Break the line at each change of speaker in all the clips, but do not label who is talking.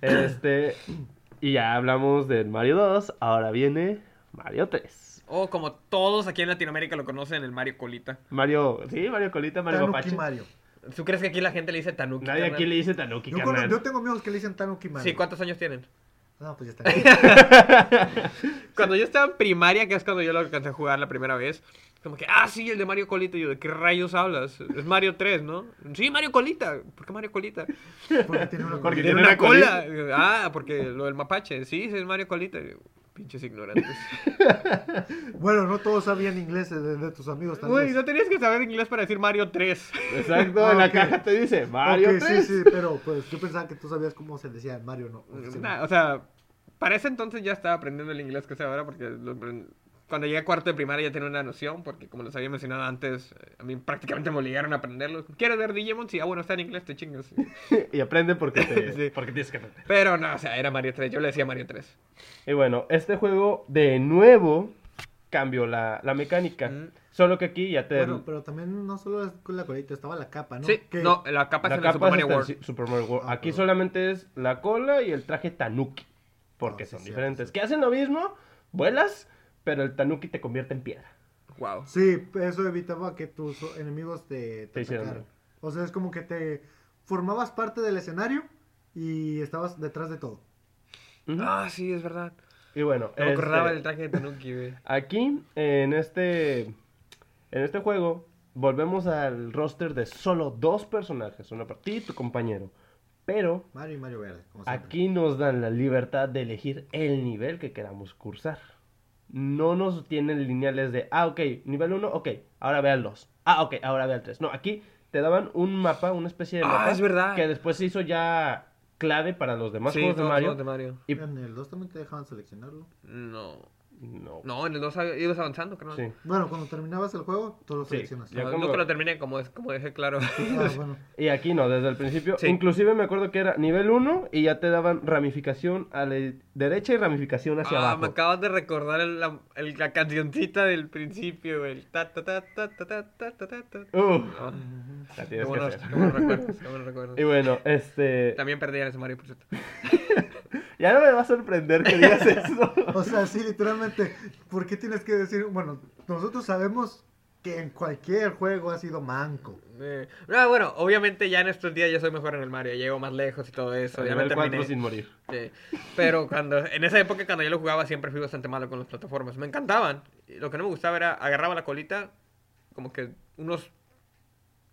este, Y ya hablamos del Mario 2, ahora viene Mario 3.
O como todos aquí en Latinoamérica lo conocen, el Mario Colita.
Mario, sí, Mario Colita, Mario
Tanuki
Mapache.
Mario.
¿Tú crees que aquí la gente le dice Tanuki?
Nadie
carnal?
aquí le dice Tanuki,
Yo,
carnal.
cono- yo tengo amigos que le dicen Tanuki Mario.
Sí, ¿cuántos años tienen?
No, pues ya está.
Cuando yo estaba en primaria, que es cuando yo lo alcancé a jugar la primera vez, como que, ah, sí, el de Mario Colita. Y yo, ¿de qué rayos hablas? Es Mario 3, ¿no? Sí, Mario Colita. ¿Por qué Mario Colita?
Porque tiene una
Porque- tiene
cola.
Tiene
una
una cola. Ah, porque lo del mapache. Sí, sí, es Mario Colita. Y yo, Pinches ignorantes.
Bueno, no todos sabían inglés de, de tus amigos
Güey,
también.
no tenías que saber inglés para decir Mario 3.
Exacto, en
Ah,
la
ok.
caja te dice Mario
Ok,
3.
Sí, sí, pero pues yo pensaba que tú sabías cómo se decía Mario, no.
Pues,
Nah, o sea, para ese entonces ya estaba aprendiendo el inglés que sé ahora porque lo aprend- cuando llegué a cuarto de primaria ya tenía una noción porque como les había mencionado antes, eh, a mí prácticamente me obligaron a aprenderlo. ¿Quieres ver Digimon? Sí, ah, bueno, está en inglés, te chingas.
Y aprende porque, te,
Sí.
porque tienes que aprender.
Pero no, o sea, era Mario 3, yo le decía Mario 3.
Y bueno, este juego de nuevo cambió la, la mecánica.
Mm.
Solo que aquí ya te...
Bueno, pero también no solo es con la colita, estaba la capa, ¿no?
Sí,
Que-
no, la capa
la
es en el
capa
Super
es este,
Mario
hasta el
World.
si- Super Mario World.
Ah,
Aquí
perdón.
solamente es la cola y el traje Tanuki. Porque
Ah, sí,
son
cierto,
diferentes. Que hacen lo mismo, vuelas, pero el Tanuki te convierte en piedra.
Wow.
Sí, eso evitaba que tus enemigos te,
Te
te
hicieran
atacaran. O sea, es como que te formabas parte del escenario y estabas detrás de todo.
Ujú.
Ah, sí, es verdad.
Y bueno,
No me acordaba
este,
del traje de Tanuki, güey.
aquí en este, en este juego volvemos al roster de solo dos personajes. Uno para ti y tu compañero. Pero
Mario y Mario Verde, como
pues,
siempre.
Aquí nos dan la libertad de elegir el nivel que queramos cursar. No nos tienen lineales de, ah, ok, nivel 1, ok, ahora ve al 2. Ah, ok, ahora ve al 3. No, aquí te daban un mapa, una especie de
Ah,
mapa.
es verdad.
Que después se hizo ya clave para los demás
Sí,
juegos de
todos los
Mario.
juegos de Mario.
Y...
En el 2 también te dejaban seleccionarlo.
No.
No.
No, en el 2 ibas avanzando, creo.
Sí.
Bueno, cuando terminabas el juego, tú lo
Sí,
seleccionas.
ya.
No,
como-
nunca lo terminé, como, es- como dejé claro.
Ah, bueno.
Y aquí no, desde el principio.
Sí.
Inclusive me acuerdo que era nivel 1 y ya te daban ramificación a la derecha y ramificación hacia
ah,
abajo.
me acabas de recordar el- la, el- la cancioncita del principio, güey. el Ta, ta, ta, ta, ta, ta, ta, ta, ta, ta.
Uf,
Ah,
la tienes
qué
que
buenos,
hacer.
qué buenos recuerdos, qué buenos recuerdos.
Y bueno, este...
También perdí en ese Mario, por cierto.
Ya no me va a sorprender que digas eso.
O sea, sí, literalmente, ¿por qué tienes que decir? Bueno, nosotros sabemos que en cualquier juego ha sido manco.
Eh, no, bueno, obviamente ya en estos días ya soy mejor en el Mario, llego más lejos y todo eso. Ya me
Nivel 4
terminé.
sin morir.
Sí, Pero cuando, en esa época cuando yo lo jugaba siempre fui bastante malo con las plataformas. Me encantaban. Y Lo que no me gustaba era agarraba la colita, como que unos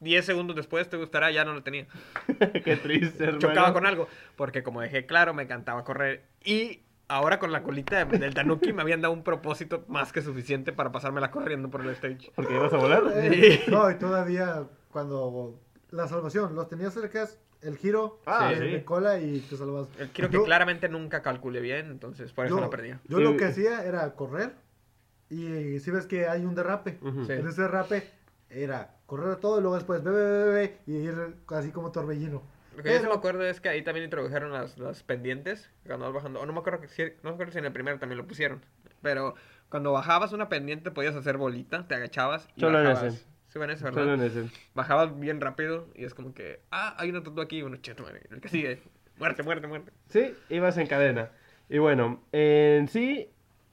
10 segundos después te gustará, ya no lo tenía.
Qué triste, hermano.
chocaba con algo. Porque como dejé claro, me encantaba correr. Y ahora con la colita de- del Tanuki me habían dado un propósito más que suficiente para pasármela corriendo por el stage.
Porque ibas a volar.
Eh, No, y todavía cuando la salvación, los tenías cercas, el giro,
Ah,
el
sí.
de cola y te salvas.
Eh, Creo que
Yo-
claramente nunca calculé bien, entonces por eso
yo,
la perdía.
Yo lo que
Eh,
hacía era correr y si ves que hay un derrape,
Ujú.
Sí.
en ese derrape era correr a todo y luego después bebe, bebe, y ir así como torbellino.
Lo que yo sí
Pero-
me acuerdo es que ahí también introdujeron las, las pendientes cuando vas bajando. O no me acuerdo que si, no me acuerdo si en el primero también lo pusieron. Pero cuando bajabas una pendiente podías hacer bolita, te agachabas y
Solo en
bajabas.
ese.
Sí, bueno, eso, ¿verdad?
Solo en ese.
Bajabas bien rápido y es como que, ah, hay una tatu aquí, bueno, cheto, madre, el que sigue, muerte, muerte, muerte.
Sí, ibas en cadena. Y bueno, en sí,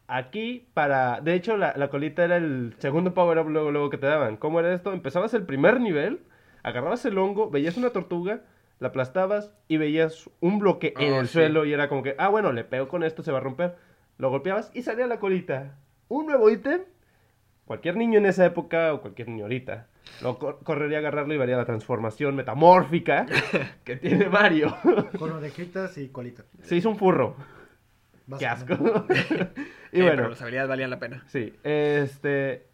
aquí para... De hecho, la, la colita era el segundo power-up luego, luego que te daban. ¿Cómo era esto? Empezabas el primer nivel, agarrabas el hongo, veías una tortuga, la aplastabas y veías un bloque en
Ah,
el
sí.
suelo y era como que, ah, bueno, le pego con esto, se va a romper. Lo golpeabas y salía la colita. Un nuevo ítem. Cualquier niño en esa época o cualquier niño ahorita lo cor- correría a agarrarlo y vería la transformación metamórfica que tiene Mario.
Con orejitas y colita.
Se hizo un furro. Qué asco.
Básicamente.
y
Eh,
bueno,
Pero las habilidades valían la pena.
sí. Este.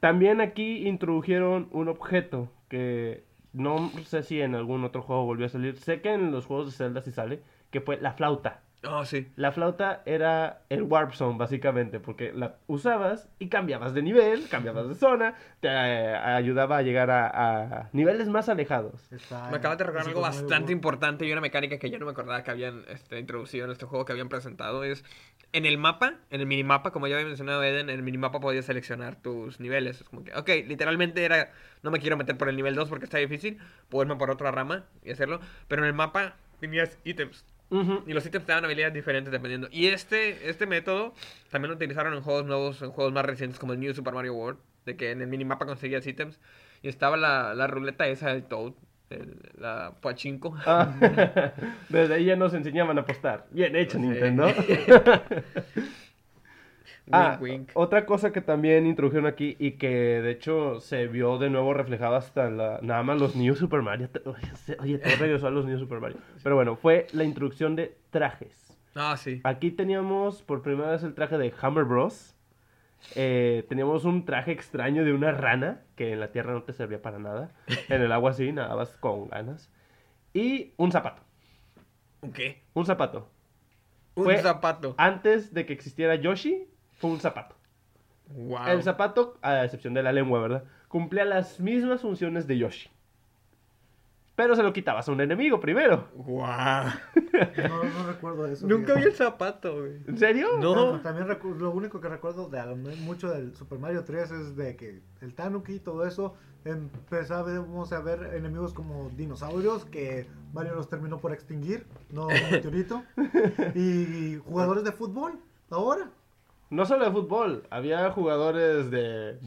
También aquí introdujeron un objeto que no sé si en algún otro juego volvió a salir. Sé que en los juegos de Zelda sí sale, que fue la flauta.
Ah, sí.
La flauta era el Warp Zone, básicamente, porque la usabas y cambiabas de nivel, cambiabas de zona, te eh, ayudaba a llegar a, a niveles más alejados.
Está-
Me acabas de recordar
ese
algo
juego nuevo.
bastante importante y una mecánica que yo no me acordaba que habían este, introducido en este juego, que habían presentado, es en el mapa, en el minimapa, como ya había mencionado Eden, en el minimapa podías seleccionar tus niveles. Es como que, ok, literalmente era, no me quiero meter por el nivel 2 porque está difícil, puedo irme por otra rama y hacerlo, pero en el mapa tenías ítems.
Ujú.
Y los ítems te dan habilidades diferentes dependiendo. Y este, este método también lo utilizaron en juegos nuevos, en juegos más recientes como el New Super Mario World, de que en el minimapa conseguías ítems. Y estaba la, la ruleta esa del Toad, el- la Pachinko.
Ah, desde ahí ya nos enseñaban a apostar. Bien hecho,
Sí.
Nintendo. Ah,
wink, wink.
otra cosa que también introdujeron aquí y que de hecho se vio de nuevo reflejado hasta la, nada más los New Super Mario. Oye, oye, todo regresó a los New Super Mario. Pero bueno, fue la introducción de trajes.
Ah, sí.
Aquí teníamos por primera vez el traje de Hammer Bros. Eh, teníamos un traje extraño de una rana que en la tierra no te servía para nada. En el agua sí, nadabas con ganas. Y un zapato.
¿Un qué?
Un zapato.
Un
Fue-
zapato.
Antes de que existiera Yoshi, fue un zapato.
wow.
El zapato, a excepción de la lengua, ¿verdad? Cumplía las mismas funciones de Yoshi. Pero se lo quitabas a un enemigo primero.
Wow.
No, no recuerdo eso.
Nunca vi
fíjate.
el zapato, güey.
¿En serio?
No.
Pero También recu- lo único que recuerdo de a lo me- mucho del Super Mario 3 es de que el Tanuki y todo eso empezábamos a ver enemigos como dinosaurios que Mario los terminó por extinguir, no un meteorito, y jugadores de fútbol ahora.
No solo de fútbol, había jugadores de,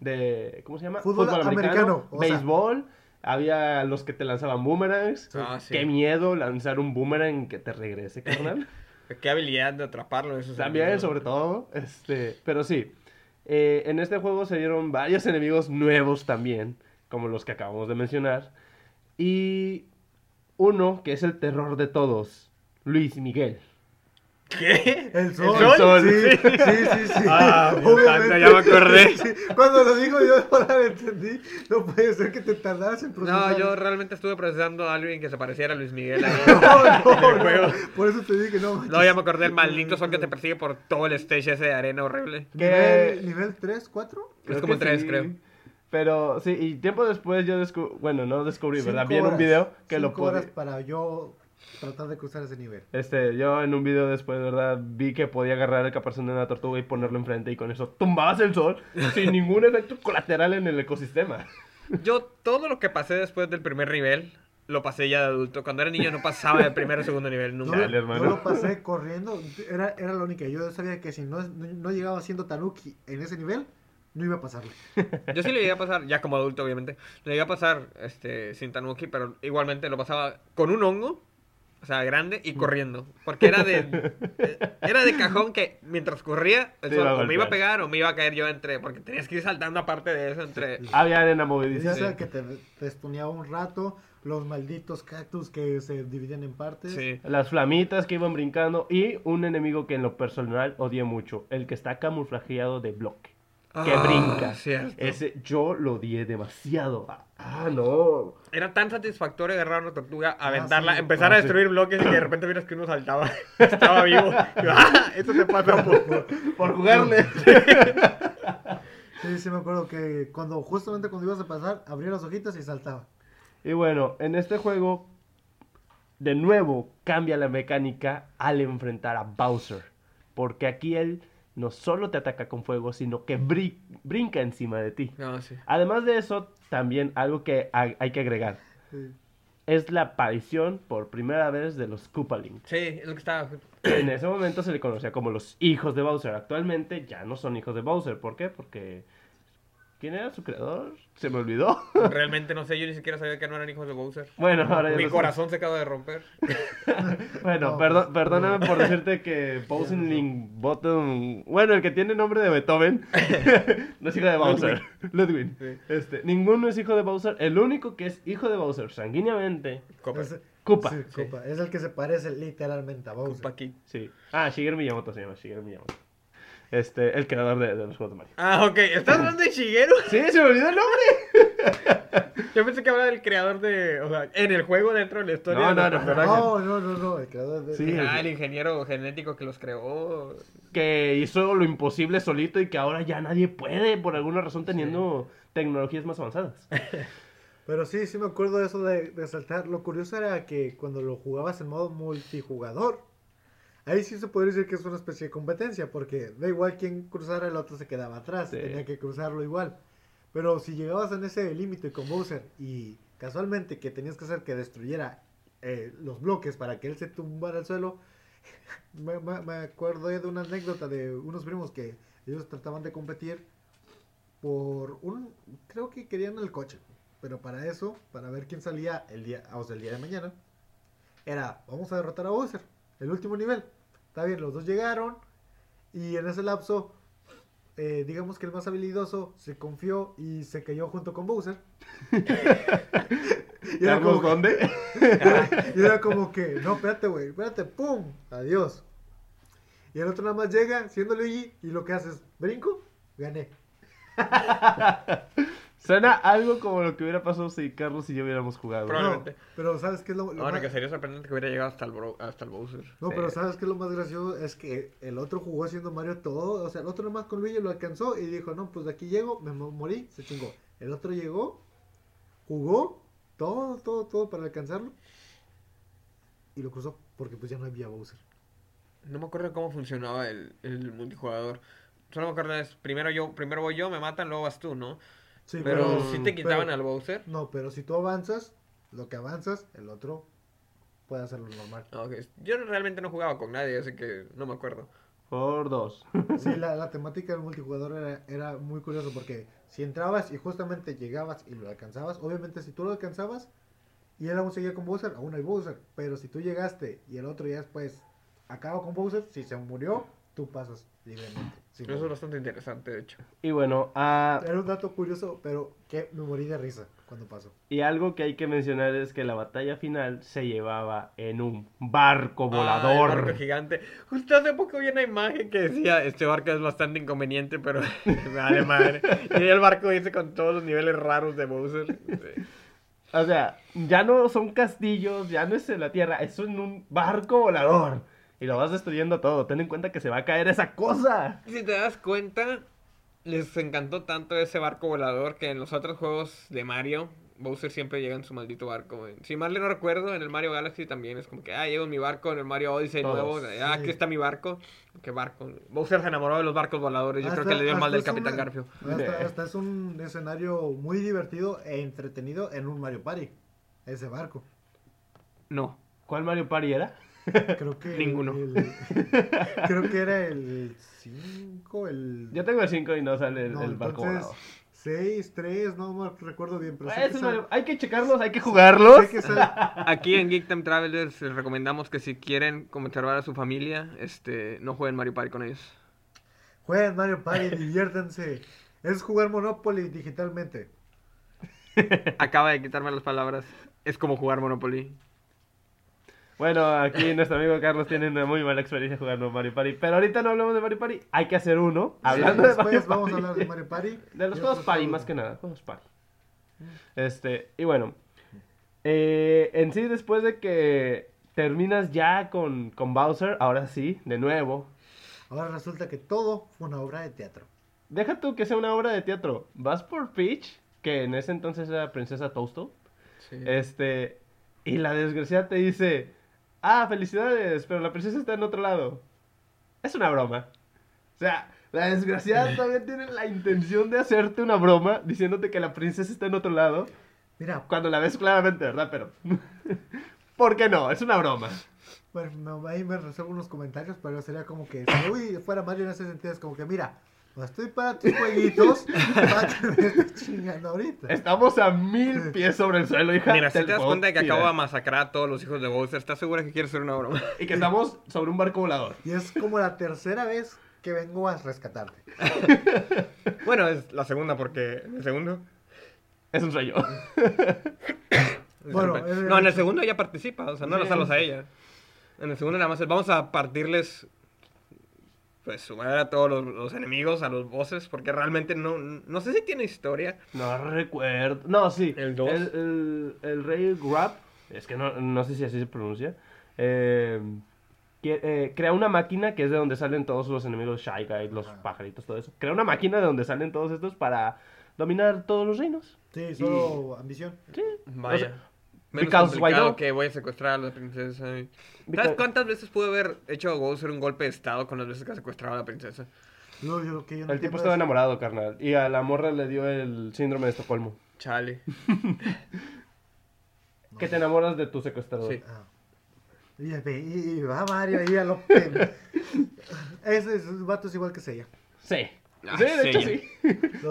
de ¿cómo se llama?
Fútbol americano, o sea.
béisbol, había los que te lanzaban boomerangs.
Ah, sí.
Qué miedo lanzar un boomerang que te regrese, carnal.
Qué habilidad de atraparlo. Eso
También, sobre todo, este, pero sí. eh, en este juego se dieron varios enemigos nuevos también, como los que acabamos de mencionar. Y uno que es el terror de todos, Luis Miguel.
¿Qué?
El sol.
sol?
Sí, sí, sí, sí.
Ah, puta,
Obviamente.
ya me acordé.
Sí, Cuando lo dijo yo ahora lo entendí. No puede ser que te tardaras en procesar.
No, yo realmente estuve procesando a alguien que se pareciera a Luis Miguel. ahí.
No, no,
el juego.
no. Por eso te dije que no. manches.
No, ya me acordé el maldito sol que te persigue por todo el stage ese de arena horrible.
Nivel, nivel 3, 4?
Creo
es como
que
tres,
sí.
creo.
Pero sí, y tiempo después yo descubrí, bueno, no descubrí, ¿verdad?
Cinco
Vi en un
horas.
video que lo
Cinco horas
podía...
para yo tratar de cruzar ese nivel.
Este, yo en un video después, ¿verdad? Vi que podía agarrar el caparazón de una tortuga y ponerlo enfrente y con eso tumbabas el sol sin ningún efecto colateral en el ecosistema.
Yo todo lo que pasé después del primer nivel, lo pasé ya de adulto. Cuando era niño no pasaba del primer o segundo nivel
Yo,
nunca.
Dale,
yo
hermano.
lo pasé corriendo, era, era la única. Yo sabía que si no, no llegaba siendo Tanuki en ese nivel, no iba a pasarlo.
Yo sí lo llegué a pasar, ya como adulto obviamente, lo llegué a pasar este, sin Tanuki, pero igualmente lo pasaba con un hongo, o sea, grande y corriendo. Porque era de, eh, era de cajón que mientras corría, el
Te
sol
iba a
o me iba a
golpear.
pegar o me iba a caer yo entre, porque tenías que ir saltando aparte de eso entre...
Había arena
Dice
movediza.
Sí.
que te, te estuneaba un rato, los malditos cactus que se dividen en partes.
Sí.
Las flamitas que iban brincando y un enemigo que en lo personal odié mucho, el que está camuflajeado de bloque. Que
Ah,
brinca.
cierto.
Ese yo lo odié demasiado. Ah, Ah, no.
Era tan satisfactorio agarrar una tortuga, aventarla,
sí.
empezar
Ah,
a
sí.
destruir bloques y que de repente vieras que uno saltaba, estaba vivo. Y yo, ¡Ah! Eso te pasa por...
Por jugarle.
Sí, sí, me acuerdo que cuando justamente cuando ibas a pasar, abría las hojitas y saltaba.
Y bueno, en este juego, de nuevo cambia la mecánica al enfrentar a Bowser. Porque aquí él no solo te ataca con fuego, sino que bri- brinca encima de ti.
No, sí.
Además de eso, también algo que ha- hay que agregar.
Sí.
Es la aparición por primera vez de los Koopalings.
Sí, es lo que estaba...
En ese momento se le conocía como los hijos de Bowser. Actualmente ya no son hijos de Bowser. ¿Por qué? Porque... ¿Quién era su creador? Se me olvidó.
Realmente no sé, yo ni siquiera sabía que no eran hijos de Bowser.
Bueno, ahora Ah, ya
Mi
lo sé.
corazón se acaba de romper.
Bueno,
No,
perdón-
pues,
perdóname por decirte que Bowsing Link Bottom. Bueno, el que tiene nombre de Beethoven no es hijo de Bowser. Ludwig.
Sí.
Este, ninguno es hijo de Bowser. El único que es hijo de Bowser sanguíneamente.
Copa.
Es-
Koopa.
sí, Koopa. Es el que se parece literalmente a Bowser.
Copa aquí.
Sí. Ah, Shigeru Miyamoto se llama. Shigeru Miyamoto. Este, el creador de, de los juegos de Mario.
Ah, ok. ¿Estás hablando de Shigeru?
Sí, se me olvidó el nombre.
Yo pensé que hablaba del creador de... O sea, en el juego dentro de la historia.
No,
de
no,
los
no,
personajes.
No, no, no, no, el creador de...
Sí.
Ah, el ingeniero genético que los creó.
Que hizo lo imposible solito y que ahora ya nadie puede por alguna razón teniendo tecnologías más avanzadas.
Pero sí, sí me acuerdo de eso de, de saltar. Lo curioso era que cuando lo jugabas en modo multijugador, ahí sí se podría decir que es una especie de competencia, porque da igual quién cruzara, el otro se quedaba atrás,
Sí.
tenía que cruzarlo igual. Pero si llegabas en ese límite con Bowser y casualmente que tenías que hacer que destruyera eh, los bloques para que él se tumbara al suelo. Me, me- me acuerdo de una anécdota de unos primos que ellos trataban de competir por un... Creo que querían el coche. Pero para eso, para ver quién salía el día, o sea, el día de mañana, era, vamos a derrotar a Bowser, el último nivel. Está bien, los dos llegaron y en ese lapso, eh, digamos que el más habilidoso se confió y se cayó junto con Bowser. y, era
¿Carlos
como que,
dónde?
y era como que, no, espérate, güey, espérate, ¡pum! Adiós. Y el otro nada más llega siendo Luigi y lo que hace es, brinco, gané.
Suena algo como lo que hubiera pasado si Carlos y yo hubiéramos jugado.
No,
Probablemente.
pero ¿sabes qué es lo, lo
Bueno,
más-
que sería sorprendente que hubiera llegado hasta el, bro- hasta el Bowser.
No,
Sí.
pero ¿sabes qué es lo más gracioso? Es que el otro jugó haciendo Mario todo. O sea, el otro nomás con Luigi lo alcanzó y dijo, no, pues de aquí llego, me mo- morí, se chingó. El otro llegó, jugó todo, todo, todo para alcanzarlo. Y lo cruzó, porque pues ya no había Bowser.
No me acuerdo cómo funcionaba el, el multijugador. Solo me acuerdo es, primero yo, primero voy yo, me matan, luego vas tú, ¿no?
Sí,
pero
pero-
si te quitaban
pero-
al Bowser.
No, pero si tú avanzas, lo que avanzas, el otro puede hacerlo normal.
Ah, ok. Yo realmente no jugaba con nadie, así que no me acuerdo.
Por dos.
Sí, la, la temática del multijugador era, era muy curioso porque si entrabas y justamente llegabas y lo alcanzabas, obviamente si tú lo alcanzabas y él aún seguía con Bowser, aún hay Bowser, pero si tú llegaste y el otro ya después acaba con Bowser, si se murió, tú pasas libremente. sin
Eso es
problema.
bastante interesante, de hecho.
Y bueno, ah,
Era un dato curioso, pero que me morí de risa cuando pasó.
y algo que hay que mencionar es que la batalla final se llevaba en un barco
Ah, el
volador.
barco gigante. Justo hace poco vi una imagen que decía, este barco es bastante inconveniente, pero me vale madre. Y el barco dice con todos los niveles raros de Bowser. Sí.
o sea, ya no son castillos, ya no es en la tierra, es en un barco volador. Y lo vas destruyendo todo. Ten en cuenta que se va a caer esa cosa.
Si te das cuenta, les encantó tanto ese barco volador que en los otros juegos de Mario, Bowser siempre llega en su maldito barco. güey. Si mal no recuerdo, en el Mario Galaxy también es como que, ah, llevo mi barco, en el Mario Odyssey
Todos,
nuevo, ah,
sí.
aquí está mi barco. ¿Qué barco? Bowser se enamoró de los barcos voladores, yo creo
Hasta-
que le dio el mal
hasta
del
es una-
Capitán Garfio.
Hasta, hasta es un escenario muy divertido e entretenido en un Mario Party, ese barco.
No.
¿Cuál Mario Party era?
Creo que.
Ninguno.
el- creo que era el 5, el.
Yo tengo el 5 y no sale el,
no,
el barco volador.
6, 3, no me recuerdo bien. Pero sé
Ah, es
que
un
sale-
Mario- Hay que checarlos, hay que jugarlos.
sé que sale-
Aquí en Geek Time Travelers les recomendamos que si quieren conservar a su familia, este, no jueguen Mario Party con ellos.
Jueguen Mario Party, diviértanse. Es jugar Monopoly digitalmente.
Acaba de quitarme las palabras. Es como jugar Monopoly.
Bueno, aquí nuestro amigo Carlos tiene una muy mala experiencia jugando Mario Party. Pero ahorita no hablamos de Mario Party, hay que hacer uno. Hablando de
después
Mario
vamos
Party.
a hablar de Mario Party.
De los
y
juegos
otros
Party,
juegos.
más que nada, juegos Party.
Mm.
Este, y bueno. eh, en sí, después de que terminas ya con, con Bowser, ahora sí, de nuevo.
Ahora resulta que todo fue una obra de teatro.
Deja tú que sea una obra de teatro. Vas por Peach, que en ese entonces era Princesa Toasto. Este, y la desgraciada te dice, ah, felicidades, pero la princesa está en otro lado. Es una broma. O sea, la desgraciada también tiene la intención de hacerte una broma diciéndote que la princesa está en otro lado,
Mira,
cuando la ves claramente, ¿verdad? Pero, ¿por qué no? Es una broma.
Bueno, me- Pues, ahí me reservo unos comentarios, pero sería como que si uy, fuera Mario en ese sentido, es como que mira, no estoy para tus jueguitos, para que me estés chingando ahorita.
Estamos a mil pies sobre el suelo, hija.
Mira, si te das
puedo
cuenta de que
tirar.
acabo de masacrar a todos los hijos de Bowser, ¿estás segura que quieres hacer una broma?
Y que estamos sobre un barco volador.
Y es como la tercera vez que vengo a rescatarte.
bueno, es la segunda porque... ¿El segundo?
Es un sueño.
Bueno,
Disculpe.
eh,
no, en el segundo ella participa, o sea, no
Sí.
la salos a ella. En el segundo nada más es, vamos a partirles... Pues su madre a todos los, los enemigos, a los bosses, porque realmente no... No sé si tiene historia.
No recuerdo. No, sí.
¿El dos?
El, el- el rey Grab, es que no, no sé si así se pronuncia, eh, que- eh, crea una máquina que es de donde salen todos los enemigos, Shy Guy, los
Ajá.
pajaritos, todo eso. Crea una máquina de donde salen todos estos para dominar todos los reinos.
Sí, solo ambición.
Sí.
Vaya.
O sea,
Menos
because why
complicado
not?
que voy a secuestrar a la princesa. y-
Because-
¿Sabes cuántas veces pudo haber hecho a Bowser un golpe de estado con las veces que ha secuestrado a la princesa?
Lo, yo- lo que yo no
el tipo
entiendo
estaba
es-
enamorado, carnal. Y a la morra le dio el síndrome de Estocolmo.
Chale.
que te enamoras de tu secuestrador.
Sí.
Ah. Y, el pe- y- y va Mario ahí a lo que... Ese, ese vato es igual que Seiya.
Sí.
Ah,
Sí, de
sí,
hecho
ya.
sí.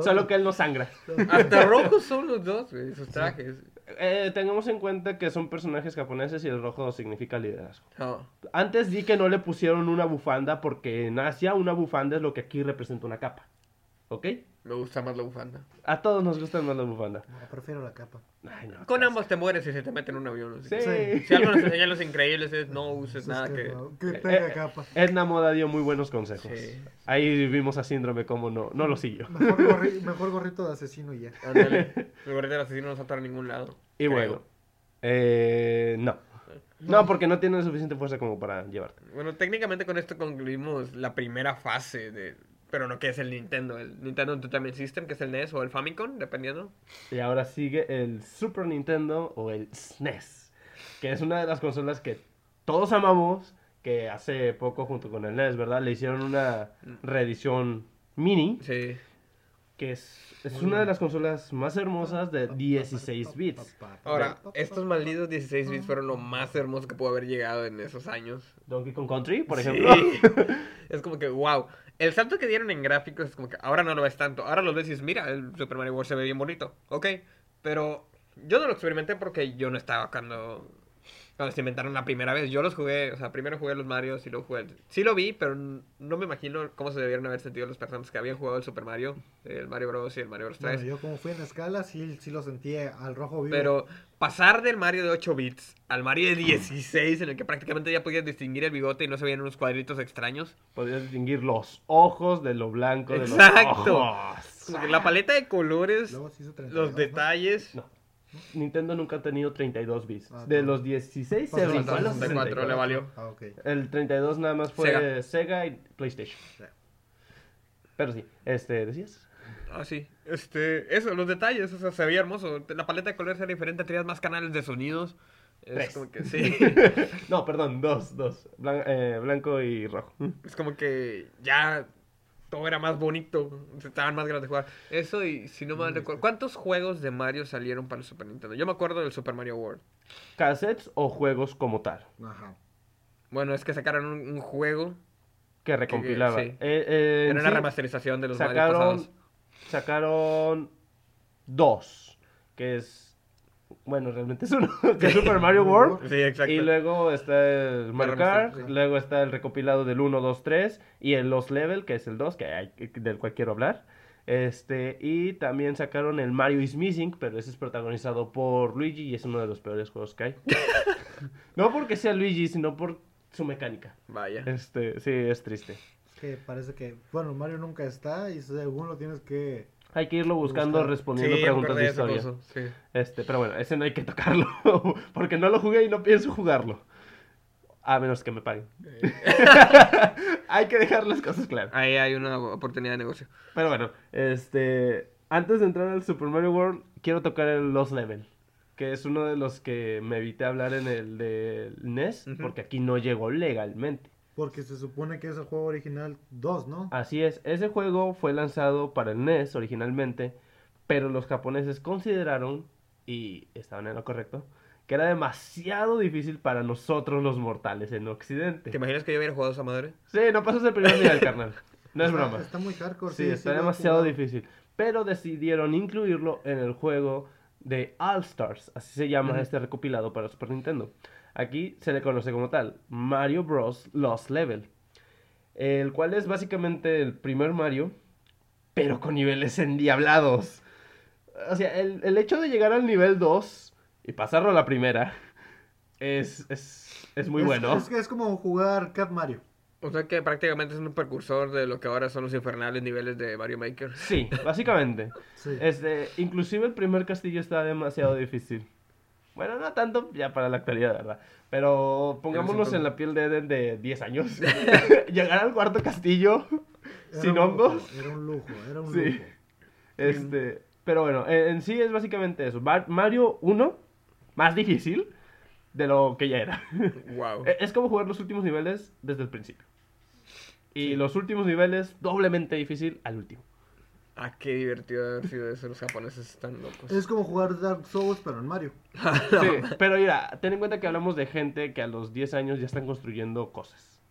Solo que él no sangra.
Hasta rojos son los dos, güey, sus trajes.
Eh, tengamos en cuenta que son personajes japoneses y el rojo significa liderazgo.
No.
Antes di que no le pusieron una bufanda porque en Asia una bufanda es lo que aquí representa una capa. ¿Ok?
Me gusta más la bufanda.
A todos nos gustan más las bufandas.
No, prefiero la capa.
Ay, no.
Con ambos te mueres si se te meten en un avión. así
Sí.
que-
Sí.
Si algo nos enseñan los increíbles es no uses
Eso
nada
es
que...
no,
Eh,
tenga
eh,
capa.
Edna Moda dio muy buenos consejos.
Sí.
Ahí vimos a Síndrome como no, no lo siguió.
Mejor, gorri- mejor gorrito de asesino y ya.
Ándale. El gorrito del asesino no salta a ningún lado.
Y
creo.
bueno, eh, no. No, porque no tiene suficiente fuerza como para llevarte.
Bueno, técnicamente con esto concluimos la primera fase de... Pero no que es el Nintendo, el Nintendo Entertainment System, que es el NES o el Famicom, dependiendo.
Y ahora sigue el Super Nintendo o el SNES, que es una de las consolas que todos amamos, que hace poco junto con el NES, ¿verdad? Le hicieron una reedición mini,
Mm. Sí.
que es, es una de las consolas más hermosas de 16 bits.
Ahora, estos malditos 16 bits fueron lo más hermoso que pudo haber llegado en esos años.
Donkey Kong Country, por
Sí.
ejemplo.
es como que, wow. El salto que dieron en gráficos es como que ahora no lo ves tanto. Ahora lo ves y dices, mira, el Super Mario World se ve bien bonito. Ok, pero yo no lo experimenté porque yo no estaba cuando, cuando se inventaron la primera vez. Yo los jugué, o sea, primero jugué los Marios y luego jugué. el- Sí lo vi, pero n- no me imagino cómo se debieron haber sentido las personas que habían jugado el Super Mario, el Mario Bros. y el Mario Bros. 3.
Bueno, yo como fui en la escala, sí, sí lo sentí al rojo vivo.
Pero pasar del Mario de 8 bits al Mario de 16, en el que prácticamente ya podías distinguir el bigote y no se veían unos cuadritos extraños.
Podías distinguir los ojos de lo blanco de
Exacto.
los
Como
ojos.
que Pues la paleta de colores,
Luego se hizo 32,
los
¿no?
detalles.
No. Nintendo nunca ha tenido 32 bits.
Ah,
de
no.
los 16 se
Pues
Pasó
brincó a
al
los
64, le
64.
valió.
Ah, ok.
El 32 nada más fue
Sega.
Sega, y PlayStation.
Sega.
Pero sí, este, ¿decías?
Ah, sí. Este, eso, los detalles, o sea, se veía hermoso. La paleta de colores era diferente, tenías más canales de sonidos. Es
Tres.
como que sí.
No, perdón, dos, dos. Blan- eh, blanco y rojo.
es como que ya todo era más bonito, estaban más ganas de jugar. Eso y si no mal recuerdo, ¿cuántos juegos de Mario salieron para el Super Nintendo? Yo me acuerdo del Super Mario World.
Cassettes o juegos como tal,
Ajá.
Bueno, es que sacaron un, un juego,
que recompilaba.
sí.
Eh, eh, en
era una
sí,
remasterización de los Mario
sacaron,
pasados.
sacaron dos, que es... Bueno, realmente es uno, que es Super Mario World.
Sí, exacto.
Y luego está el Mario Kart,
remaster-
luego está el recopilado del 1, 2, 3 y el Lost Level, que es el 2, que hay- del cual quiero hablar. Este, y también sacaron el Mario is Missing, pero ese es protagonizado por Luigi y es uno de los peores juegos que hay. no porque sea Luigi, sino por su mecánica.
Vaya.
Este, sí, es triste.
Es que parece que, bueno, Mario nunca está y según lo tienes que...
Hay que irlo buscando,
Buscar.
respondiendo
Sí, me
preguntas
acordé
de
esa
historia.
cosa, sí.
Este, pero bueno, ese no hay que tocarlo, porque no lo jugué y no pienso jugarlo. A menos que me paguen. hay que dejar las cosas claras.
Ahí hay una oportunidad de negocio.
Pero bueno, este, antes de entrar al Super Mario World, quiero tocar el Lost Level, que es uno de los que me evité hablar en el de NES,
Ujú.
porque aquí no llegó legalmente.
Porque se supone que es el juego original 2, ¿no?
Así es, ese juego fue lanzado para el NES originalmente, pero los japoneses consideraron, y estaban en lo correcto, que era demasiado difícil para nosotros los mortales en Occidente.
¿Te imaginas que yo hubiera jugado a esa madre?
Sí, no pasas el primer nivel, carnal. No es
Está-
broma.
Está muy hardcore, sí.
Sí, está
lo he
demasiado
jugado.
difícil. Pero decidieron incluirlo en el juego de All Stars, así se llama
Ujú.
este recopilado para Super Nintendo. Aquí se le conoce como tal, Mario Bros. Lost Level, el cual es básicamente el primer Mario, pero con niveles endiablados. O sea, el, el hecho de llegar al nivel 2 y pasarlo a la primera es, es, es muy
Es-
bueno.
Es, que es como jugar Cat Mario.
O sea que prácticamente es un precursor de lo que ahora son los infernales niveles de Mario Maker.
Sí, básicamente.
Sí.
Este, inclusive el primer castillo está demasiado difícil. Bueno, no tanto ya para la actualidad, ¿verdad? Pero pongámonos en la piel de Eden de 10 años. Llegar al cuarto castillo
Era
sin
un lujo,
hongos.
Era un lujo, era un
Sí.
lujo.
Este, pero bueno, en, en sí es básicamente eso. Mar- Mario 1, más difícil de lo que ya era.
Wow.
E- es como jugar los últimos niveles desde el principio. Y los últimos niveles doblemente difícil al último.
Ah, qué divertido de haber sido eso. Los japoneses están locos.
Es como jugar Dark Souls, pero en Mario.
Sí, pero mira, ten en cuenta que hablamos de gente que a los 10 años ya están construyendo cosas.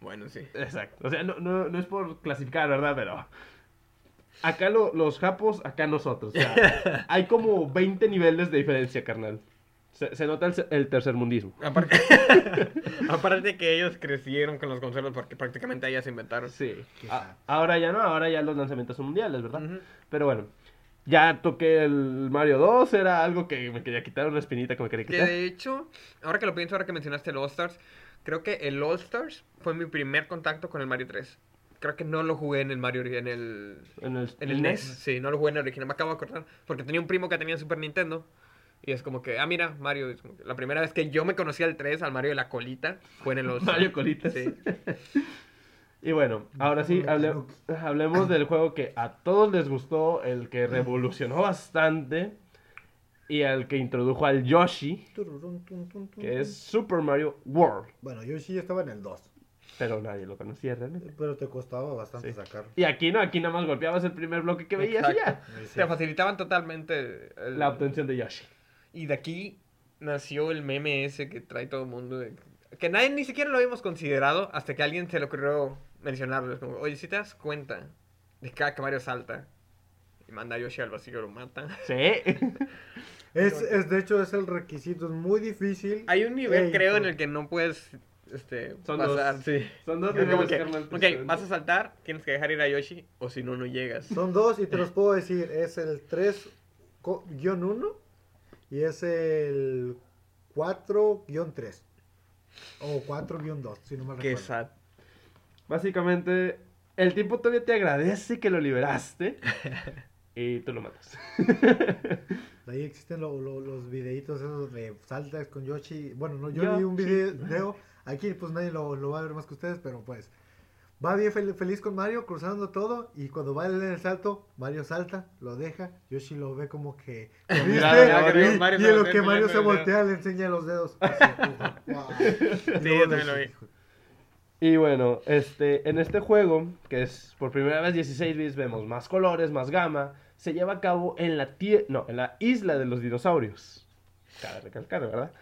Bueno, sí.
Exacto. O sea, no, no, no es por clasificar, ¿verdad? Pero acá lo- los japos, acá nosotros. O sea, hay como 20 niveles de diferencia, carnal. Se, se nota el, el tercermundismo.
Aparte, aparte que ellos crecieron con los consolas porque prácticamente ahí ya se inventaron.
Sí.
Qué
A-
sad.
Ah, ahora ya no, ahora ya los lanzamientos son mundiales, ¿verdad?
Ujú.
Pero bueno, ya toqué el Mario 2, era algo que me quería quitar, una espinita que me quería
Que
quitar.
de hecho, ahora que lo pienso, ahora que mencionaste el All Stars, creo que el All Stars fue mi primer contacto con el Mario 3. Creo que no lo jugué en el Mario, en el,
En el, E
en el E NES. Sí, no lo jugué en el original, me acabo de acordar. Porque tenía un primo que tenía Super Nintendo. Y es como que, ah, mira, Mario. es como que la primera vez que yo me conocí al 3, al Mario de la colita, fue en el All Stars.
Mario Colitas.
Sí.
Y bueno, ahora sí, hable- hablemos del juego que a todos les gustó, el que revolucionó bastante y al que introdujo al Yoshi,
Tururún, tun, tun, tun,
que es Super Mario World,
Bueno, Yoshi ya estaba en el 2,
pero nadie lo conocía realmente.
pero te costaba bastante
Sí.
sacarlo.
Y aquí no, aquí nada más golpeabas el primer bloque que veías y ya.
Exacto. Te facilitaban totalmente el-
La obtención de Yoshi.
Y de aquí nació el meme ese que trae todo el mundo. de- que nadie ni siquiera lo habíamos considerado hasta que alguien se le ocurrió mencionarlo. Es como, Oye, si te das cuenta de que cada que Mario salta y manda a Yoshi al vacío lo mata.
Sí.
Es, es, de hecho, es el requisito, es muy difícil.
Hay un nivel,
Ey,
creo, en
no.
el que no puedes este,
Son
pasar.
dos.
Sí.
Son dos
Es como
niveles,
que,
carnal,
ok, vas a saltar, tienes que dejar ir a Yoshi o si no, no llegas.
Son dos
Eh.
y te los puedo decir, es el 3-1 y es el 4-3 o 4-2, si no mal
Qué
recuerdo.
sad.
Básicamente, el tiempo todavía te agradece que lo liberaste y tú lo matas.
De ahí existen lo- lo- los videitos esos de saltas con Yoshi. Bueno, no, yo
Yoshi.
vi un video, video, aquí pues nadie lo, lo va a ver más que ustedes, pero pues va bien fel- feliz con Mario cruzando todo y cuando va él en el salto, Mario salta, lo deja, Yoshi lo ve como que ¿viste?
mirada de Mario,
y,
Mario
y
se
en lo
voltea
que Mario se
enseñando el dedo.
voltea le enseña los dedos. Sí,
Sí, yo también lo vi.
Y bueno, este, en este juego, que es por primera vez 16 bits, vemos más colores, más gama, se lleva a cabo en la, tie- no, en la isla de los dinosaurios. Cabe recalcar, ¿verdad?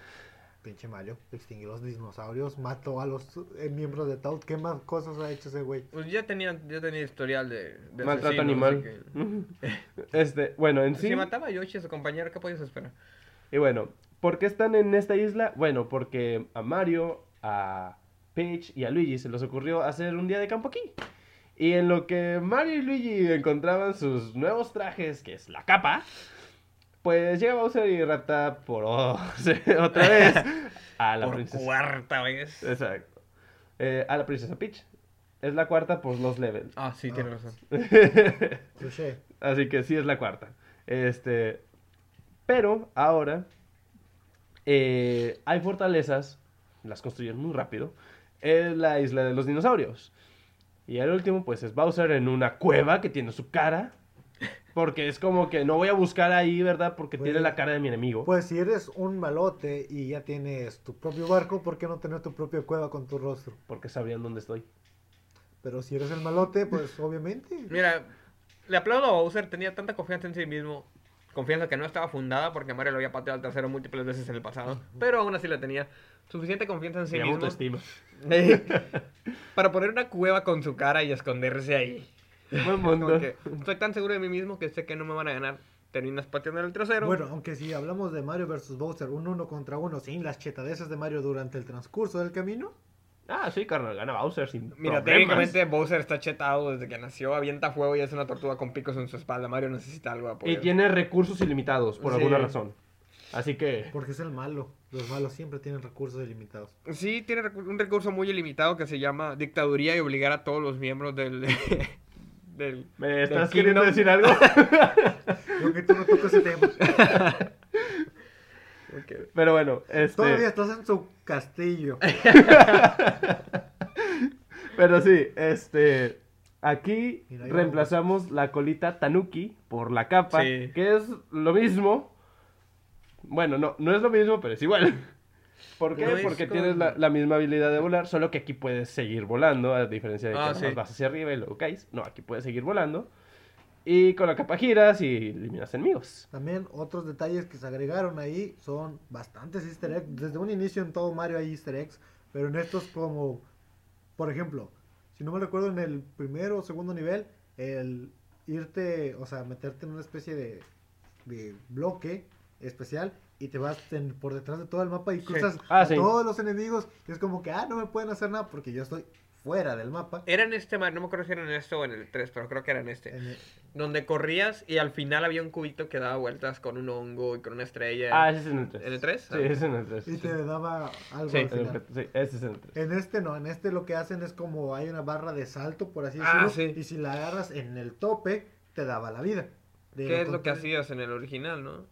Pinche Mario, extinguió los dinosaurios, mató a los eh, miembros de Taut. ¿Qué más cosas ha hecho ese güey?
Pues ya tenía, ya tenía historial de, de
Maltrato
asesino, así
animal. Ujú. Este, bueno, en
que-
sí.
Si mataba a Yoshi a su compañero, ¿qué podías esperar?
Y bueno, ¿por qué están en esta isla? Bueno, porque a Mario, a Peach y a Luigi se les ocurrió hacer un día de campo aquí. Y en lo que Mario y Luigi encontraban sus nuevos trajes, que es la capa, pues llega Bowser y rapta por o- otra vez a la
Por
princesa.
cuarta vez.
Exacto. Eh, a la princesa Peach. Es la cuarta por los levels.
Ah, sí,
Ah.
tiene razón.
Touché.
Así que sí es la cuarta. Este. Pero ahora. eh, hay fortalezas. Las construyeron muy rápido. En la isla de los dinosaurios. Y el último, pues, es Bowser en una cueva que tiene su cara. Porque es como que no voy a buscar ahí, ¿verdad? Porque
Pues-
tiene la cara de mi enemigo.
Pues si eres un malote y ya tienes tu propio barco, ¿por qué no tener tu propia cueva con tu rostro?
Porque sabrían dónde estoy.
Pero si eres el malote, pues obviamente.
Mira, le aplaudo a Bowser, tenía tanta confianza en sí mismo. Confianza que no estaba fundada porque Mario lo había pateado al tercero múltiples veces en el pasado. Pero aún así la tenía. Suficiente confianza en sí
Se llama
mismo.
autoestima.
para poner una cueva con su cara y esconderse ahí.
Buen
Como
mundo.
que estoy tan seguro de mí mismo que sé que no me van a ganar. Terminas pateando el trasero.
Bueno, aunque si hablamos de Mario versus Bowser, un uno contra uno, sin las chetadeces de Mario durante el transcurso del camino,
Ah, sí, carnal, gana Bowser sin
Mira,
problemas.
técnicamente Bowser está chetado desde que nació, avienta fuego y es una tortuga con picos en su espalda. Mario necesita algo de apoyo.
Y tiene recursos ilimitados, por
Sí.
alguna razón. Así que...
porque es el malo. Los malos siempre tienen recursos ilimitados.
Sí, tiene recu- un recurso muy ilimitado que se llama dictaduría y obligar a todos los miembros del... del
¿Me
del
estás queriendo
kingdom.
decir algo?
Creo que tú no tocas ese tema.
Ok.
Pero bueno, este...
Todavía estás en su castillo.
Pero sí, este... Aquí
Mira, ahí
reemplazamos la colita Tanuki por la capa,
Sí.
que es lo mismo. Bueno, no, no es lo mismo, pero es igual. ¿Por qué?
No es
Porque
con-
tienes la, la misma habilidad de volar, solo que aquí puedes seguir volando, a diferencia de que
Ah,
nada más
sí.
vas hacia arriba y luego caes. No, aquí puedes seguir volando. Y con la capa giras y eliminas enemigos.
También otros detalles que se agregaron ahí son bastantes easter eggs. Desde un inicio en todo Mario hay easter eggs, pero en estos como, por ejemplo, si no me recuerdo en el primero o segundo nivel, el irte, o sea, meterte en una especie de, de bloque especial y te vas en- por detrás de todo el mapa y cruzas
Ah,
a
sí.
todos los enemigos. Y es como que, ah, no me pueden hacer nada porque yo estoy fuera del mapa.
Eh,
Era en este, Mario, no me acuerdo si era en este o en el 3, pero creo que era en este.
En el-
Donde corrías y al final había un cubito que daba vueltas con un hongo y con una estrella.
Ah, ese es en el 3.
¿En el tres?
Sí, ese es en el 3.
y te daba algo
Sí.
al
En el
final.
que- sí, ese es en el 3.
En este no, en este lo que hacen es como hay una barra de salto, por así
Ah,
decirlo,
sí.
y si la agarras en el tope, te daba la vida. De
¿Qué es lo que
contra-
hacías en el original, no?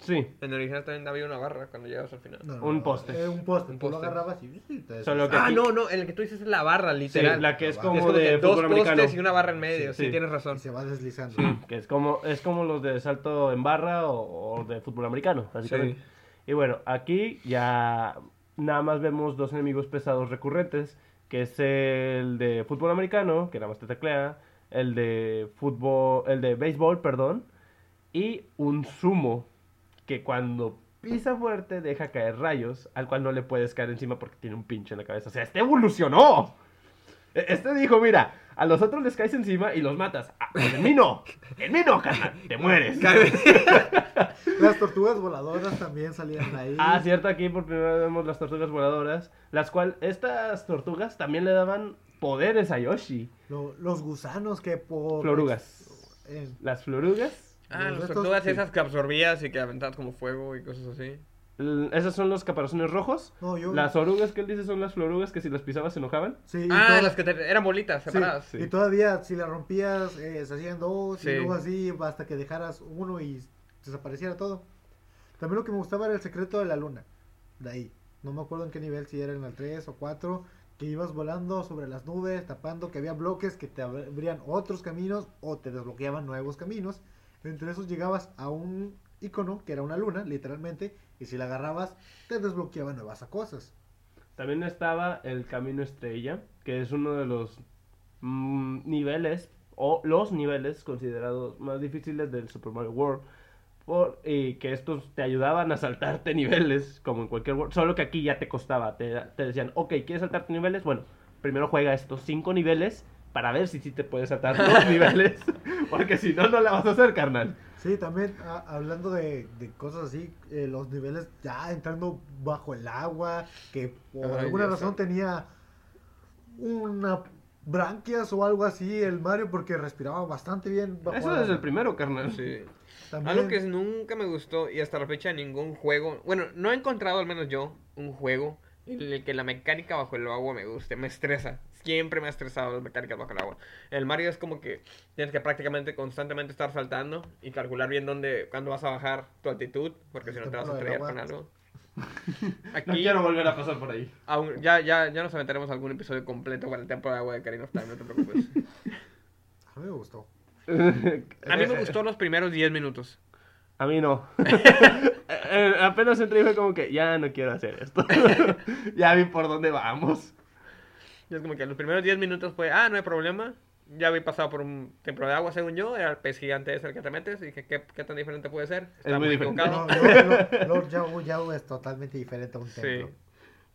Sí,
En el original también había una barra cuando llegabas al final.
No, no,
Un
no,
poste.
eh, un poste.
Un
Tú lo
poste.
agarrabas y y te
Solo que-
Ah,
aquí-
no, no, en el que tú dices es la barra,
sí,
literal.
la que es
Es
como,
que
de
dos
fútbol americano.
postes y una barra en medio, sí,
sí.
tienes
y
razón.
se va deslizando.
Que es como, es como los de salto en barra o, o de fútbol americano, básicamente.
Sí.
Y bueno, aquí ya nada más vemos dos enemigos pesados recurrentes, que es el de fútbol americano, que nada más te teclea, el de fútbol, el de béisbol, perdón, y un sumo, que cuando pisa fuerte deja caer rayos, al cual no le puedes caer encima porque tiene un pinche en la cabeza. O sea, este evolucionó. E- Este dijo, mira, a los otros les caes encima y los matas. Ah, pues en mí no, en mí no, carnal, te mueres.
Las tortugas voladoras también salían ahí.
Ah, cierto, aquí por primera vez vemos las tortugas voladoras, las cuales estas tortugas también le daban poderes a Yoshi.
Lo- los gusanos que por...
Florugas.
eh,
Las florugas,
Ah,
Los
las
restos,
tortugas
sí.
esas que absorbías y que aventabas como fuego y cosas así.
l- esos son los caparazones rojos.
no, yo...
Las orugas que él dice son las florugas que si las pisabas se enojaban.
Sí, y
Ah,
todas-
las que te- eran bolitas
sí,
separadas.
sí.
Y todavía si la rompías, eh, se hacían dos
Sí.
y luego así hasta que dejaras uno y desapareciera todo. También lo que me gustaba era el secreto de la luna. De ahí. No me acuerdo en qué nivel, si era en el 3 o 4, que ibas volando sobre las nubes, tapando que había bloques que te abr- abrían otros caminos o te desbloqueaban nuevos caminos. Entre esos llegabas a un icono que era una luna, literalmente, y si la agarrabas, te desbloqueaban nuevas cosas.
También estaba el Camino Estrella, que es uno de los mm, niveles, o los niveles considerados más difíciles del Super Mario World. Por, y que estos te ayudaban a saltarte niveles, como en cualquier World. Solo que aquí ya te costaba. Te, te decían, ok, ¿quieres saltarte niveles? Bueno, primero juega estos cinco niveles para ver si sí te puedes saltar los niveles. Porque si no, no la vas a hacer, carnal.
Sí, también a- hablando de, de cosas así, eh, los niveles ya entrando bajo el agua, que por
Ay,
alguna
Dios
razón
santo.
tenía una branquias o algo así el Mario porque respiraba bastante bien. bajo
Eso
el
desde
agua.
el primero, carnal.
Sí.
También,
Algo que nunca me gustó y hasta la fecha ningún juego, bueno, no he encontrado al menos yo un juego en el que la mecánica bajo el agua me guste, me estresa. Siempre me ha estresado las mecánicas bajo el agua. El Mario es como que tienes que prácticamente constantemente estar saltando y calcular bien dónde, cuándo vas a bajar tu altitud, porque si no te vas a estrellar con algo.
No
Aquí,
quiero volver a pasar por ahí.
aún- ya, ya, ya nos aventaremos algún episodio completo con el tiempo de agua de Karina of Time, no te preocupes.
A mí me gustó.
A mí me gustó los primeros 10 minutos.
A mí no. Eh, Apenas entré y fue como que ya no quiero hacer esto. ya vi por dónde vamos.
Y es como que los primeros 10 minutos fue, ah, no hay problema. Ya había pasado por un temporal de agua, según yo. Era el pez gigante ese el que te metes. Y dije, ¿qué, qué tan diferente puede ser? Estaba
muy diferente.
No,
equivocado.
Lord, Lord- Lord Yao Yao es totalmente diferente a un
Sí.
templo.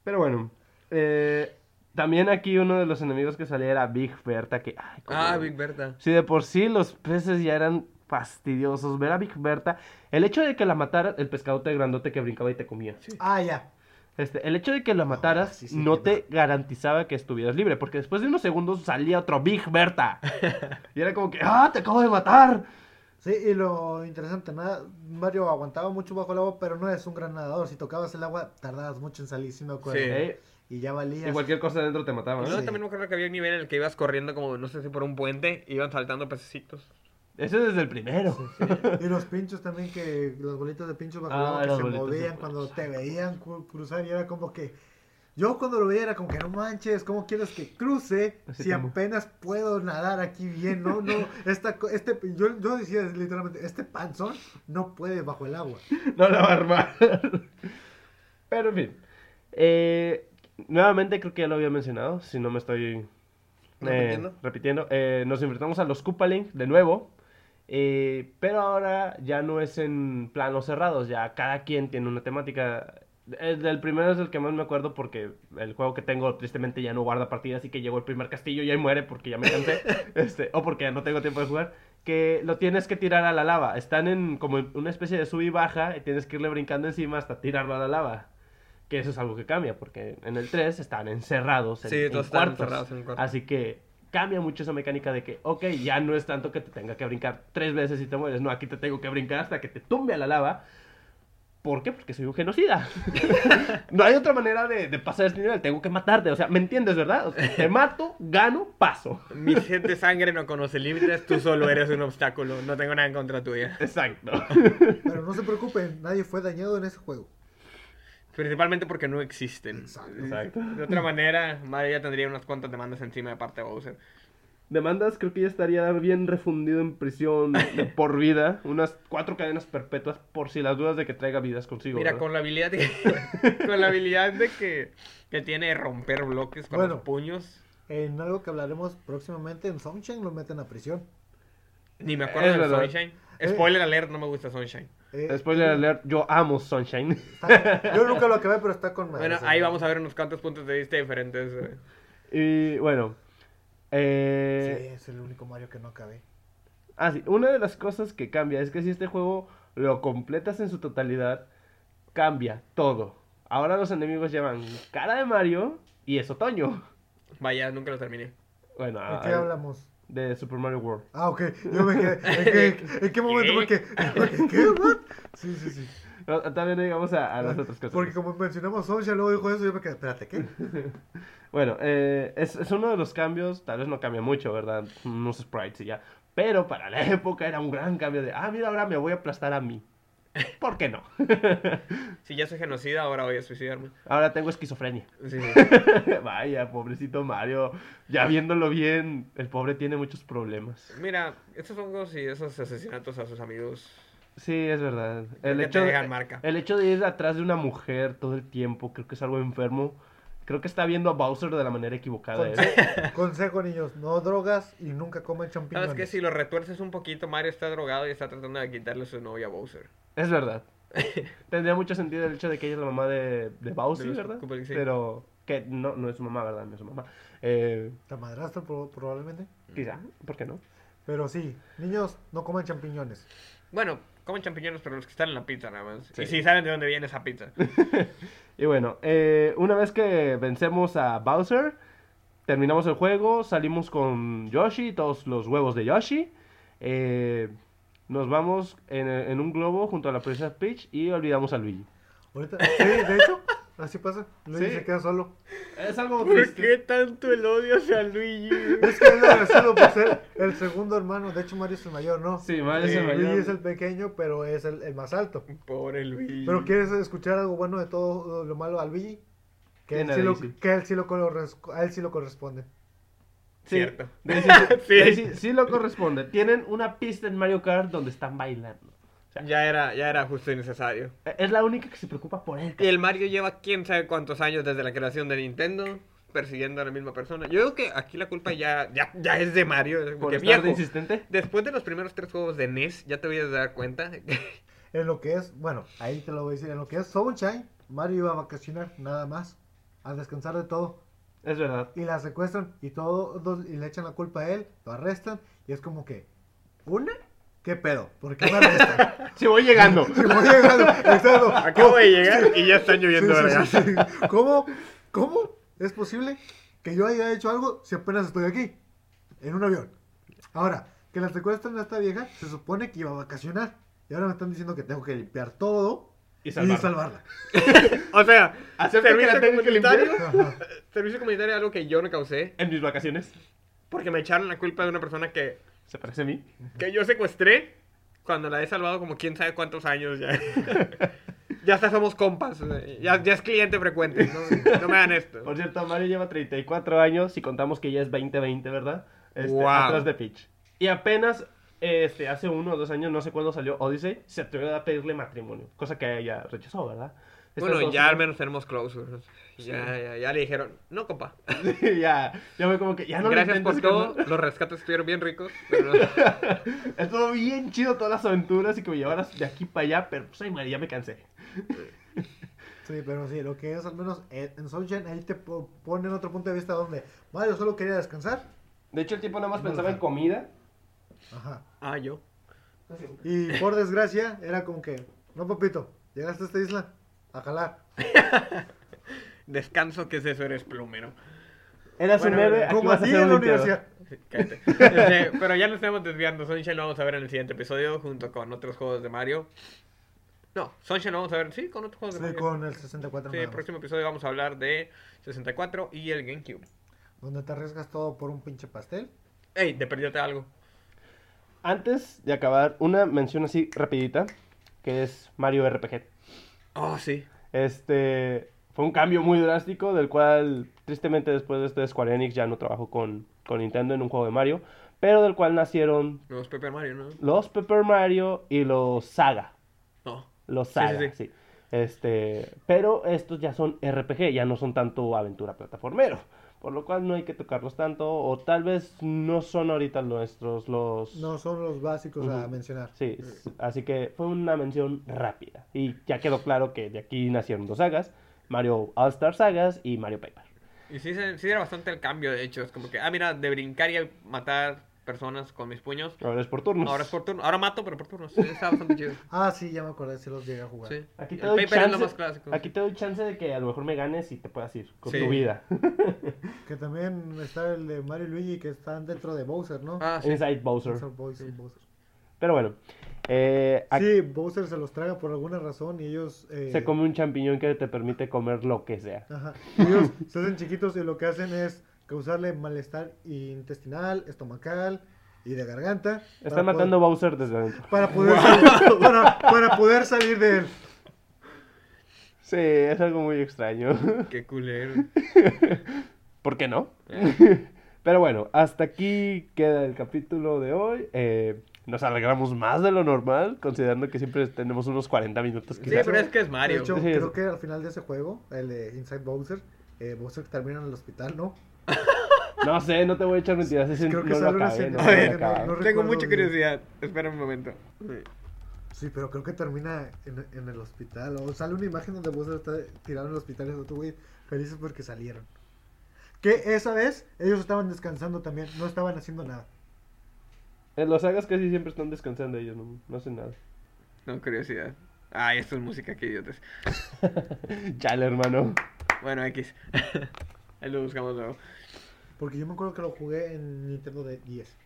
Pero bueno, eh, también aquí uno de los enemigos que salía era Big Berta. Que, ay, cómo-
Ah, Big Berta.
Si de por sí los peces ya eran fastidiosos, ver a Big Berta, el hecho de que la matara, el pescadote grandote que brincaba y te comía.
Ah, ya.
Este, el hecho de que la mataras
sí, sí,
no
sí,
te garantizaba que estuvieras libre, porque después de unos segundos salía otro Big Berta. y era como que, ¡ah, te acabo de matar!
Sí, y lo interesante, nada, Mario aguantaba mucho bajo el agua, pero no es un gran nadador. Si tocabas el agua, tardabas mucho en salir, si me acuerdo.
Sí.
Eh,
Y ya valía.
Y cualquier cosa adentro te mataba,
Y
¿no?
luego
Sí.
también me acuerdo que había un nivel en el que ibas corriendo como, no sé si por un puente. Iban saltando pececitos.
Ese desde el primero.
Y los pinchos también, que las bolitas de pinchos bajo el
Ah, las
agua que se
bolitas de
movían
pinchos.
cuando te veían cu- cruzar y era como que... Yo cuando lo veía era como que no manches, ¿cómo quieres que cruce
Así
si
como-
apenas puedo nadar aquí bien? No, no, esta, co- este, yo, yo decía literalmente, este panzón no puede bajo el agua.
No la va a armar. Pero en fin. Eh, nuevamente creo que ya lo había mencionado, si no me estoy eh,
¿Repitiendo?
repitiendo. Eh, nos enfrentamos a los Koopalink de nuevo. Eh, pero ahora ya no es en planos cerrados, ya cada quien tiene una temática. El del primero es el que más me acuerdo porque el juego que tengo tristemente ya no guarda partida, así que llegó el primer castillo y ahí muere porque ya me cansé, este, o porque ya no tengo tiempo de jugar, que lo tienes que tirar a la lava. Están en como en una especie de sub y baja y tienes que irle brincando encima hasta tirarlo a la lava. Que eso es algo que cambia, porque en el 3 están encerrados en,
Sí,
en
todos están
cuartos.
encerrados en un cuarto.
Así que cambia mucho esa mecánica de que, ok, ya no es tanto que te tenga que brincar tres veces y te mueres. No, aquí te tengo que brincar hasta que te tumbe a la lava. ¿Por qué? Porque soy un genocida. no hay otra manera de, de pasar este nivel. Tengo que matarte. O sea, ¿me entiendes, verdad? O sea, te mato, gano, paso.
Mi gente sangre no conoce límites, tú solo eres un obstáculo. No tengo nada en contra tuya.
Exacto.
Pero no se preocupen, nadie fue dañado en ese juego.
Principalmente porque no existen.
Exacto.
Exacto.
De otra manera, Mario ya tendría unas cuantas demandas encima de parte de Bowser.
Demandas, creo que ya estaría bien refundido en prisión de por vida. Unas cuatro cadenas perpetuas por si las dudas de que traiga vidas consigo.
Mira,
¿verdad?
con la habilidad que, con la habilidad de que, que tiene de romper bloques con
Bueno.
los puños.
En algo que hablaremos próximamente en Sunshine lo meten a prisión.
Ni me acuerdo
Es
de
verdad. Eh.
Sunshine. Spoiler alert, no me gusta Sunshine.
Eh,
Spoiler alert, yo amo Sunshine.
está- yo nunca lo acabé, pero está con madre,
Bueno,
señor.
ahí vamos a ver unos cuantos puntos de vista diferentes. eh.
Y bueno.
Sí,
Eh,
es el único Mario que no acabé.
Ah, sí, una de las cosas que cambia es que si este juego lo completas en su totalidad, cambia todo. Ahora los enemigos llevan cara de Mario y es otoño.
Vaya, nunca lo terminé.
Bueno,
¿De qué
ah,
hablamos?
de Super Mario World.
Ah, ok. Yo me quedé. ¿En qué, en qué momento? Porque, ¿Qué? What? Sí, sí, sí.
No, también llegamos a, a las otras cosas.
Porque como mencionamos Sunshine, luego dijo eso, yo me quedé. Espérate, ¿qué?
Bueno, eh, es, es uno de los cambios, tal vez no cambia mucho, ¿verdad? Unos sprites y ya. Pero para la época era un gran cambio de, ah, mira, ahora me voy a aplastar a mí. ¿Por qué no?
Si ya soy genocida, ahora voy a suicidarme.
ahora tengo esquizofrenia.
Sí, sí.
Vaya, pobrecito Mario. Ya viéndolo bien, el pobre tiene muchos problemas.
Mira, estos hongos y esos asesinatos a sus amigos.
Sí, es verdad.
Creo
El
que
hecho,
te
de,
dejan marca.
el hecho de ir atrás de una mujer todo el tiempo, creo que es algo enfermo. Creo que está viendo a Bowser de la manera equivocada. ¿eh?
Conse- consejo, niños: no drogas y nunca comen champiñones.
¿Sabes qué? Si lo retuerces un poquito, Mario está drogado y está tratando de quitarle su novia a Bowser.
Es verdad. Tendría mucho sentido el hecho de que ella es la mamá de, de Bowser,
De los
¿verdad?
Koopa, sí.
Pero que no, no es su mamá, ¿verdad? No es su mamá. Eh,
La madrastra, pro- probablemente.
quizá, ¿por qué no?
Pero sí, niños, no coman champiñones.
Bueno, comen champiñones, pero los que están en la pizza nada más.
Sí.
Y si saben de dónde viene esa pizza.
Y bueno, eh, una vez que vencemos a Bowser, terminamos el juego, salimos con Yoshi, todos los huevos de Yoshi. eh, nos vamos en, en un globo junto a la princesa Peach y olvidamos a Luigi.
Ahorita, sí, de hecho, así pasa. Luis
Sí.
se queda solo.
Es algo
¿Por qué tanto el odio hacia Luigi?
Es que él era solo por ser el segundo hermano. De hecho, Mario es el mayor, ¿no?
Sí, Mario es
Sí,
el mayor.
Luigi es el pequeño, pero es el, el más alto.
Pobre Luigi.
Pero ¿quieres escuchar algo bueno de todo lo malo al Luigi? Que, él
Tiene
sí
a
lo,
Daisy.
que él sí lo corres- a él sí lo corresponde.
Sí,
Cierto.
Daisy-
Sí.
Daisy Eh, sí lo corresponde. Tienen una pista en Mario Kart donde están bailando.
Ya era, ya era justo y necesario.
Eh, Es la única que se preocupa por él.
Y el Mario lleva quién sabe cuántos años desde la creación de Nintendo persiguiendo a la misma persona. Yo digo que aquí la culpa ya, ya, ya es de Mario.
Por
porque,
estar de
viejo,
insistente.
después de los primeros tres juegos de NES, ya te voy a dar cuenta.
En lo que es, bueno, ahí te lo voy a decir, en lo que es Sunshine, Mario iba a vacacionar nada más, a descansar de todo.
Es verdad.
Y la secuestran y todos y le echan la culpa a él, lo arrestan y es como que, ¿una? ¿Qué pedo? ¿Por qué me arrestan?
Sí, voy llegando.
Si voy llegando, exacto.
Ah,
Acabo de llegar y ya están
Sí,
lloviendo
sí,
vergas.
sí, sí. ¿Cómo? ¿Cómo es posible que yo haya hecho algo si apenas estoy aquí? En un avión. Ahora, que la secuestran a esta vieja, se supone que iba a vacacionar. Y ahora me están diciendo que tengo que limpiar todo
Y salvarla.
O sea,
Acepto que la
servicio
tengo que
comunitario,
Ajá.
servicio comunitario es algo que yo no causé
En mis vacaciones.
porque me echaron la culpa de una persona que,
Se parece a mí.
que yo secuestré cuando la he salvado como quién sabe cuántos años ya. Ya hasta somos compas, o sea, ya, ya es cliente frecuente, no, no me dan esto.
Por cierto, Mario lleva 34 años, si contamos que ya es 2020, ¿verdad? Este,
Wow.
Atrás de Peach. Y apenas este, hace uno o dos años, no sé cuándo salió Odyssey, se atrevió a pedirle matrimonio, cosa que ella rechazó, ¿verdad? Estas
Bueno,
dos-
ya al menos tenemos closure. Ya, ya, ya le dijeron, no, compa.
ya, ya fue como que ya no lo
Gracias por
intentes,
todo.
carnal.
Los rescates estuvieron bien ricos. pero no.
Estuvo bien chido todas las aventuras y que me llevaras de aquí para allá, pero pues ay madre, ya me cansé.
Sí, pero sí, lo que es al menos eh, en Sunshine, ahí te po- ponen otro punto de vista donde Mario solo quería descansar.
De hecho, el tipo nada más
No lo
pensaba en
sé.
comida.
Ajá.
ah, yo.
Y por desgracia, era como que, no, papito, llegaste a esta isla a jalar.
Descanso, ¿qué es eso? Eres plomero.
Eras
Bueno,
un héroe,
bueno,
aquí
Como
vas a
así
ser
en la
un limpiador.
universidad.
Cállate. Este, pero ya nos estamos desviando. Sunshine lo vamos a ver en el siguiente episodio junto con otros juegos de Mario. No, Sunshine lo vamos a ver, sí, con otros juegos de
Sí,
Mario.
con el 64
Sí,
nada
el
más,
Este próximo episodio vamos a hablar de 64 y el GameCube.
Donde te arriesgas todo por un pinche pastel.
Ey, de perderte algo.
Antes de acabar, una mención así rapidita, que es Mario RPG.
Oh, sí.
Este fue un cambio muy drástico, del cual tristemente después de este Square Enix ya no trabajó con, con Nintendo en un juego de Mario, pero del cual nacieron
No es Paper Mario, ¿no?
los Paper Mario y los Saga.
No.
Los
Sí, sí,
Saga, sí.
sí.
Este, pero estos ya son RPG, ya no son tanto aventura plataformero. Por lo cual no hay que tocarlos tanto, o tal vez no son ahorita nuestros los...
No son los básicos a
Ujú.
mencionar.
Sí, s- así que fue una mención rápida. Y ya quedó claro que de aquí nacieron dos sagas, Mario All Star Sagas y Mario Paper.
Y sí, se- sí era bastante el cambio, de hecho. Es como que, ah, mira, de brincar y matar personas con mis puños.
Ahora es por turnos.
Ahora es por turno. Ahora mato, pero por turnos. Sí, está bastante chido.
Ah, sí, ya me acordé si los llegué a jugar.
Sí.
Aquí te,
el
doy
Paper
chance,
es lo más clásico.
aquí te doy chance de que a lo mejor me ganes y te puedas ir con
Sí.
tu vida.
Que también está el de Mario y Luigi que están dentro de Bowser, ¿no?
Ah, sí.
Inside Bowser.
Bowser, Bowser, Bowser.
Pero bueno, eh, aquí
Sí, Bowser se los traga por alguna razón y ellos... eh,
se come un champiñón que te permite comer lo que sea.
Ajá. Ellos se hacen chiquitos y lo que hacen es causarle malestar intestinal, estomacal y de garganta.
Está
para
matando a Bowser desde adentro.
poder- para, poder salir, para, para poder salir de él.
Sí, es algo muy extraño.
Qué culero.
¿Por qué no?
Eh,
Pero bueno, hasta aquí queda el capítulo de hoy. Eh, nos alargamos más de lo normal, considerando que siempre tenemos unos 40 minutos
Sí,
quizás.
pero es que es
De
Mario.
hecho,
Sí,
creo
es-
que al final de ese juego, el de Inside Bowser, eh, Bowser termina en el hospital, ¿no?
No sé, no te voy a echar mentiras. ese
Creo que
no lo
sale una
acabé, no
escena
lo
de-
acabé.
no
Tengo
recuerdo
mucha
bien.
curiosidad. Espera un momento. Sí.
Sí, pero creo que termina en, en el hospital. O sale una imagen donde Bowser está tirado en el hospital y es otro güey felices porque salieron. Que esa vez ellos estaban descansando también, no estaban haciendo nada.
En Eh, los sagas casi siempre están descansando ellos, no, no hacen nada.
No, curiosidad. Ay, esto es música, qué idiotas.
Chale, hermano.
Bueno, X. Ahí lo buscamos luego.
Porque yo me acuerdo que lo jugué en Nintendo de 10.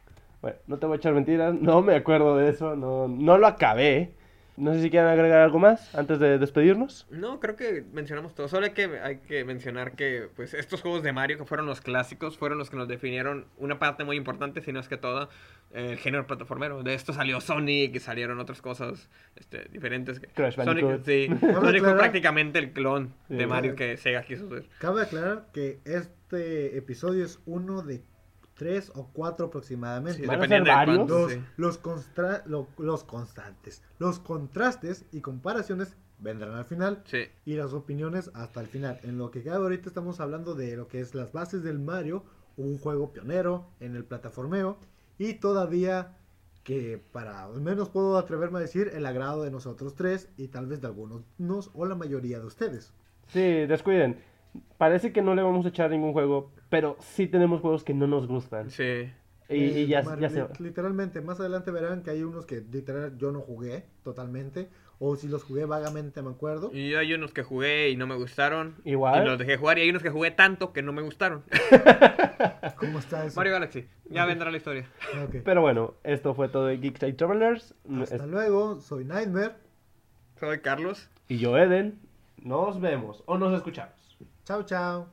Bueno, no te voy a echar mentiras. No me acuerdo de eso. No, no lo acabé. No sé si quieren agregar algo más antes de despedirnos.
No, creo que mencionamos todo. Solo hay que, hay que mencionar que pues estos juegos de Mario, que fueron los clásicos, fueron los que nos definieron una parte muy importante, si no es que toda, eh, el género plataformero. De esto salió Sonic y salieron otras cosas este, diferentes. que-
Crash Bandicoot.
Sonic, sí.
Cabe
Sonic fue
aclarar-
prácticamente el clon
Sí.
de Mario que Sega quiso ser.
Cabe aclarar que este episodio es uno de tres o cuatro aproximadamente.
Pues, ¿Van a ser
dependiendo de
varios?
cuántos,
Los,
sí.
los, constra- lo- los constantes, los contrastes y comparaciones vendrán al final
Sí.
y las opiniones hasta el final. En lo que cabe ahorita estamos hablando de lo que es las bases del Mario, un juego pionero en el plataformeo y todavía que para al menos puedo atreverme a decir el agrado de nosotros tres y tal vez de algunos nos, o la mayoría de ustedes.
Sí, descuiden. Parece que no le vamos a echar ningún juego, pero sí tenemos juegos que no nos gustan.
Sí.
Y, y
Eh,
ya,
Mar-
ya se
lit- Literalmente, más adelante verán que hay unos que literal yo no jugué totalmente, o si los jugué vagamente me acuerdo.
Y hay unos que jugué y no me gustaron.
Igual.
Y los dejé jugar. Y hay unos que jugué tanto que no me gustaron.
¿Cómo está eso?
Mario Galaxy. Ya vendrá la historia.
Ok.
Pero bueno, esto fue todo de Geek Side Travelers.
Hasta
Es-
luego, soy Nightmare.
Soy Carlos.
Y yo, Eden. Nos vemos o nos escuchamos.
Chao, chao.